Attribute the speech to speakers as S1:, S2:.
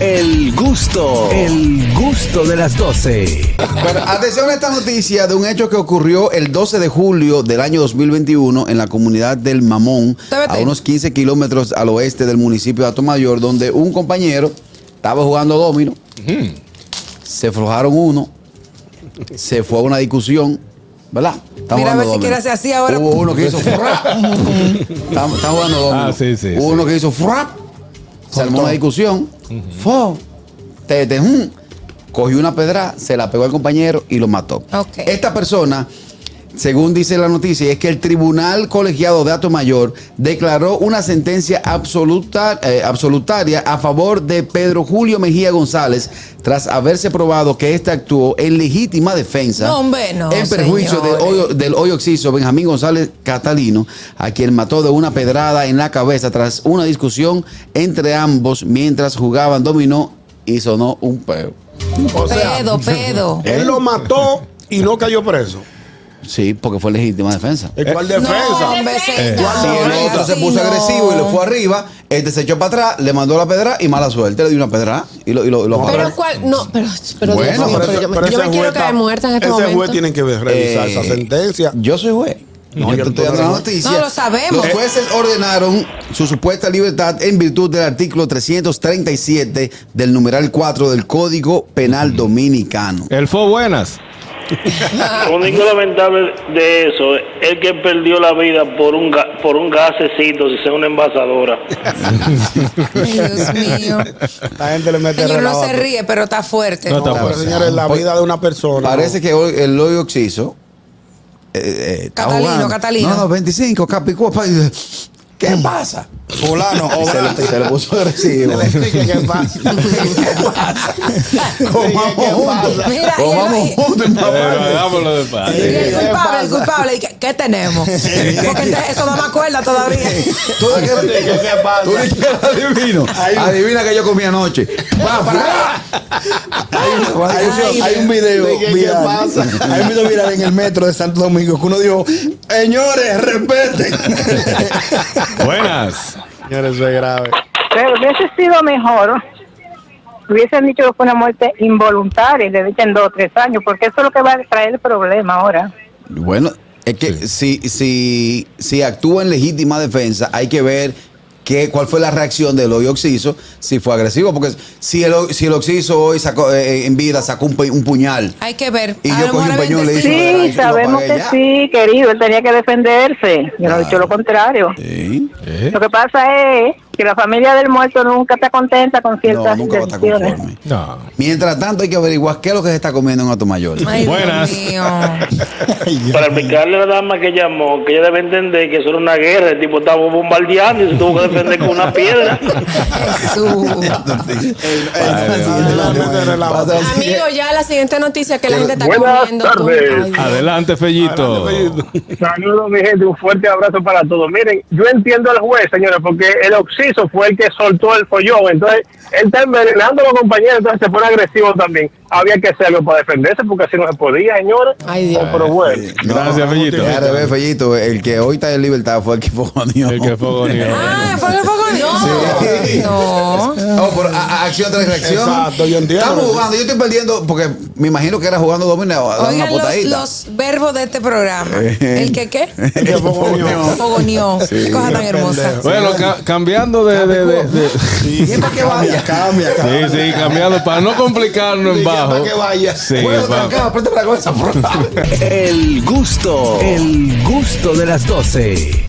S1: El gusto, el gusto de las 12.
S2: Bueno, atención a esta noticia de un hecho que ocurrió el 12 de julio del año 2021 en la comunidad del Mamón, a unos 15 kilómetros al oeste del municipio de Atomayor, donde un compañero estaba jugando domino, se aflojaron uno, se fue a una discusión, ¿verdad? Estamos
S3: Mira a
S2: jugando
S3: ver si
S2: domino.
S3: quiere hacer así ahora.
S2: Hubo uno que hizo frap. Estamos estamos jugando domino.
S4: Ah, sí, sí,
S2: Hubo
S4: sí.
S2: uno que hizo frap. Se armó una discusión. Fo. Te, te, jun. Cogió una pedra, se la pegó al compañero y lo mató.
S3: Ok.
S2: Esta persona, según dice la noticia, es que el Tribunal Colegiado de Ato Mayor declaró una sentencia absoluta, eh, absolutaria a favor de Pedro Julio Mejía González tras haberse probado que éste actuó en legítima defensa
S3: No, hombre, no,
S2: en perjuicio de
S3: señores.
S2: hoyo- del hoyo exciso Benjamín González Catalino, a quien mató de una pedrada en la cabeza tras una discusión entre ambos mientras jugaban dominó y sonó un peo.
S5: O sea,
S3: Pedo, pedo.
S5: él lo mató y no cayó preso.
S2: Sí, porque fue legítima defensa.
S5: ¿Y Eh, ¿Cuál
S3: No,
S5: defensa?
S3: hombre, señor,
S2: Si Eh, el otro se
S3: así
S2: puso
S3: no.
S2: agresivo y le fue arriba, este se echó para atrás, le mandó la pedra y mala suerte, le dio una pedra ¿ah? y lo, y lo, y lo
S6: Pero cuál, no, pero, pero Dios
S2: Bueno,
S6: mío,
S2: pero
S6: pero yo, me- yo
S5: ese
S6: me quiero
S5: juez
S6: caer
S5: está-
S6: muerta en este
S5: ese juez
S6: momento.
S5: tiene que ver- revisar esa
S2: Eh,
S5: sentencia.
S2: Yo soy juez. No, yo te estoy dando la noticia.
S3: No, lo sabemos.
S2: Los jueces ordenaron su supuesta libertad en virtud del artículo 337 del numeral 4 del Código Penal Dominicano.
S4: El fue buenas.
S7: Lo único lamentable de eso es que perdió la vida por un ga- por un gasecito, si sea una envasadora.
S3: Ay, Dios mío.
S5: La gente
S2: Este
S5: le mete
S3: Señor, no
S5: relajo.
S3: se ríe, pero está fuerte.
S4: No está
S5: Pero,
S4: fuerte.
S5: señores, la vida de una persona.
S2: Parece
S5: ¿no?
S2: que hoy el hoyo oxiso. eh, eh, está
S3: Catalino,
S2: jugando.
S3: Catalino.
S2: No, no, 25, Capicúa. pa- ¿Qué pasa? Fulano,
S5: o
S2: se,
S5: Brandi.
S2: le, se le puso agresivo.
S5: Que le explique qué pasa.
S2: Comamos
S5: ¿Qué
S2: juntos.
S5: pasa?
S3: Mira, y
S2: Comamos
S3: el-
S2: juntos, mamá.
S4: de
S3: Y el
S5: ¿Qué
S3: culpable, el
S5: pasa?
S3: culpable, ¿y ¿qué, qué tenemos? Porque entonces eso no me acuerda todavía.
S2: Tú de
S5: ¿Qué
S2: qué-
S5: pasa?
S2: Tú ni siquiera adivino. Adivina que yo comí anoche. Va, fuera.
S8: Hay, un- hay un video
S5: ¿De qué- qué
S8: viral.
S5: pasa?
S8: Hay un video viral en el metro de Santo Domingo que uno dijo, señores, respeten.
S4: Buenas.
S5: Señores, eso es grave.
S9: Pero hubiese sido mejor, hubiesen dicho que fue una muerte involuntaria y le dicen dos o tres años, porque eso es lo que va a traer el problema ahora.
S2: Bueno, es que si, si, si actúa en legítima defensa, hay que ver qué, cuál fue la reacción del hoy oxiso, si fue agresivo, porque si el, o- si el oxiso hoy sacó, eh, en vida sacó un, pu- un puñal.
S3: Hay que ver.
S2: Y yo
S3: A lo
S2: cogí un
S3: mejor
S2: pañuelo y le hice
S3: sí.
S2: una-
S9: Sí,
S2: yo lo
S9: sabemos
S2: pagué
S9: que
S2: ya.
S9: sí, querido, él tenía que defenderse. Yo no
S2: Claro.
S9: he dicho lo contrario.
S2: Sí.
S9: Lo que pasa es que la familia del muerto nunca está contenta con
S2: No,
S9: ciertas
S2: nunca va a estar
S9: decisiones.
S2: conforme.
S4: No.
S2: Mientras tanto, hay que averiguar qué es lo que se está comiendo en Atomayor.
S3: Ay,
S4: Buenas.
S3: Dios mío.
S7: Para explicarle a la dama que llamó, que ella debe entender que eso era una guerra, el tipo estaba bombardeando y se tuvo que defender con una piedra.
S3: Jesús.
S6: Amigo, ya la siguiente noticia que la gente está
S7: Buenas
S6: comiendo. tú-
S7: tardes.
S6: Ay, Dios.
S4: Adelante, Fellito.
S7: Saludos, mi gente, un fuerte abrazo para todos. Miren, yo entiendo al juez, señores, porque el oxiso fue el que soltó el follón. Entonces, él está envenenando a los compañeros, entonces se pone agresivo también. Había que hacerlo para defenderse, porque así no se podía, señores.
S6: Ay, Dios.
S7: Pero bueno.
S4: Gracias, Fellito.
S2: Al revés, Fellito, el que hoy está en libertad fue el que fue
S4: El que fue con
S3: Ah, fue el foco. No. No.
S2: Oh, por a- a- acción tras reacción.
S5: Exacto, yo entiendo.
S2: Estamos jugando, yo estoy perdiendo, porque me imagino que era jugando dominio a dar una
S3: Oigan los,
S2: potadita.
S3: los verbos de este programa.
S2: Eh.
S3: ¿El que qué?
S5: El que fogoneó.
S3: Fogoneó. Qué cosa tan hermosa.
S4: Bueno, ca- cambiando de. de, de- de-
S2: ¿Y es para que vaya?
S8: Cambia, cambia.
S4: Sí, sí, cambiando. Para no complicarnos en bajo.
S5: Para que vaya.
S4: Sí,
S2: Bueno,
S4: va-
S2: trancado, apriétame la cabeza, por favor.
S1: El gusto, el gusto de las 12.